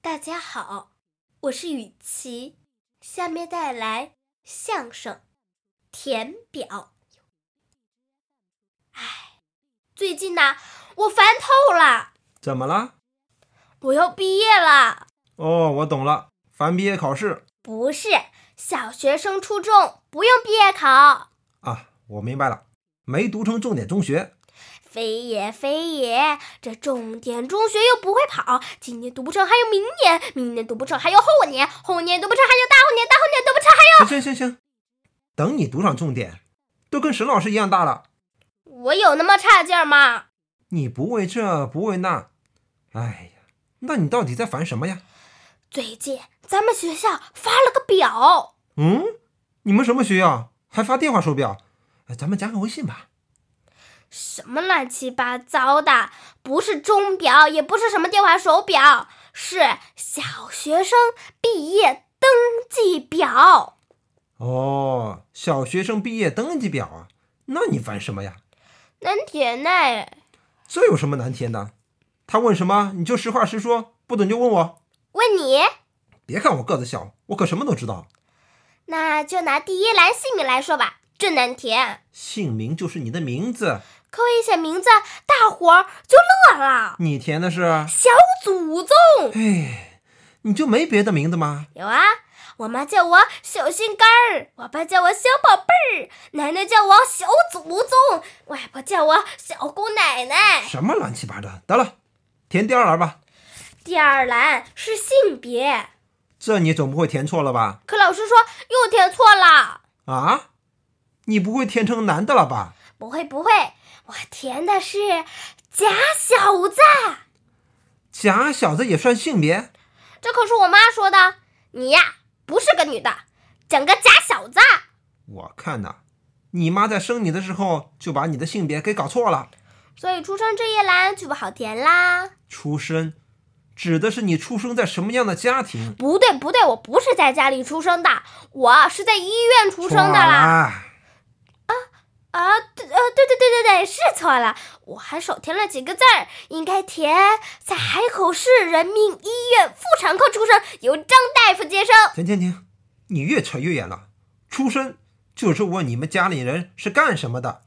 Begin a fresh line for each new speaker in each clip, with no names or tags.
大家好，我是雨琦，下面带来相声《填表》。唉，最近呐、我烦透了，
怎么了？
我要毕业了。
哦，我懂了，烦毕业考试
不是，小学升初中不用毕业考。
啊！我明白了，没读成重点中学。
非也非也，这重点中学又不会跑，今年读不成还有明年，明年读不成还有后年，后年读不成还有大后年，大后年读不成还有……
行行行行，等你读上重点，都跟沈老师一样大了。
我有那么差劲儿吗？
你不为这，不为那，哎呀，那你到底在烦什么呀？
最近咱们学校发了个表，
嗯，你们什么学校还发电话手表？哎咱们加个微信吧。
什么乱七八糟的，不是钟表，也不是什么电话手表，是小学生毕业登记表。
哦，小学生毕业登记表啊，那你烦什么呀？
难填呢？
这有什么难填的？他问什么你就实话实说，不懂就问我。
问你，
别看我个子小，我可什么都知道。
那就拿第一栏姓名来说吧，这难填。
姓名就是你的名字，
可我一写名字，大伙儿就乐了。
你填的是？
小祖宗
哎，你就没别的名字吗？
有啊，我妈叫我小心肝儿，我爸叫我小宝贝儿，奶奶叫我小祖宗，外婆叫我小姑奶奶。
什么乱七八糟？得了，填第二栏吧。
第二栏是性别，
这你总不会填错了吧？
可老师说又填错了。
啊，你不会填成男的了吧？
不会不会，我填的是假小子，
假小子也算性别？
这可是我妈说的。你呀，不是个女的，整个假小子。
我看呐、你妈在生你的时候就把你的性别给搞错了。
所以出生这一栏就不好填啦。
出生，指的是你出生在什么样的家庭？
不对不对，我不是在家里出生的，我是在医院出
出
生的啦。
啦。
啊，对，呃，对对对对对，是错了，我还少填了几个字儿，应该填在海口市人民医院妇产科出生，由张大夫接生。
停停停，你越扯越远了。出生就是问你们家里人是干什么的。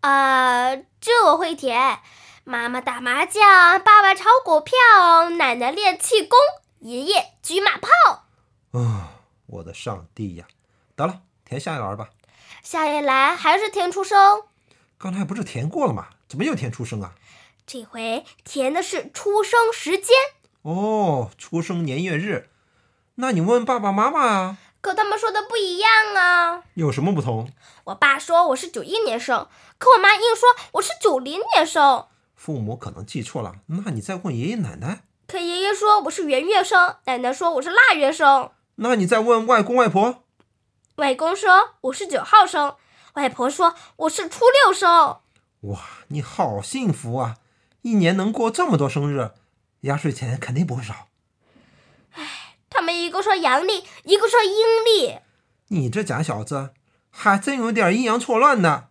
呃，这我会填。妈妈打麻将，爸爸炒股票，奶奶练气功，爷爷举马炮。
啊、我的上帝呀！得了，填下一栏吧。
下一栏还是填出生，
刚才不是填过了吗？怎么又填出生啊？
这回填的是出生时间。
哦，出生年月日。那你问爸爸妈妈啊，
可他们说的不一样啊！
有什么不同？
我爸说我是九一年生，可我妈硬说我是九零年生。
父母可能记错了，那你再问爷爷奶奶，
可爷爷说我是元月生，奶奶说我是腊月生，
那你再问外公外婆。
外公说我是九号生，外婆说我是初六生。
哇，你好幸福啊！一年能过这么多生日，压岁钱肯定不会少。
他们一个说阳历，一个说阴历。
你这假小子，还真有点阴阳错乱呢。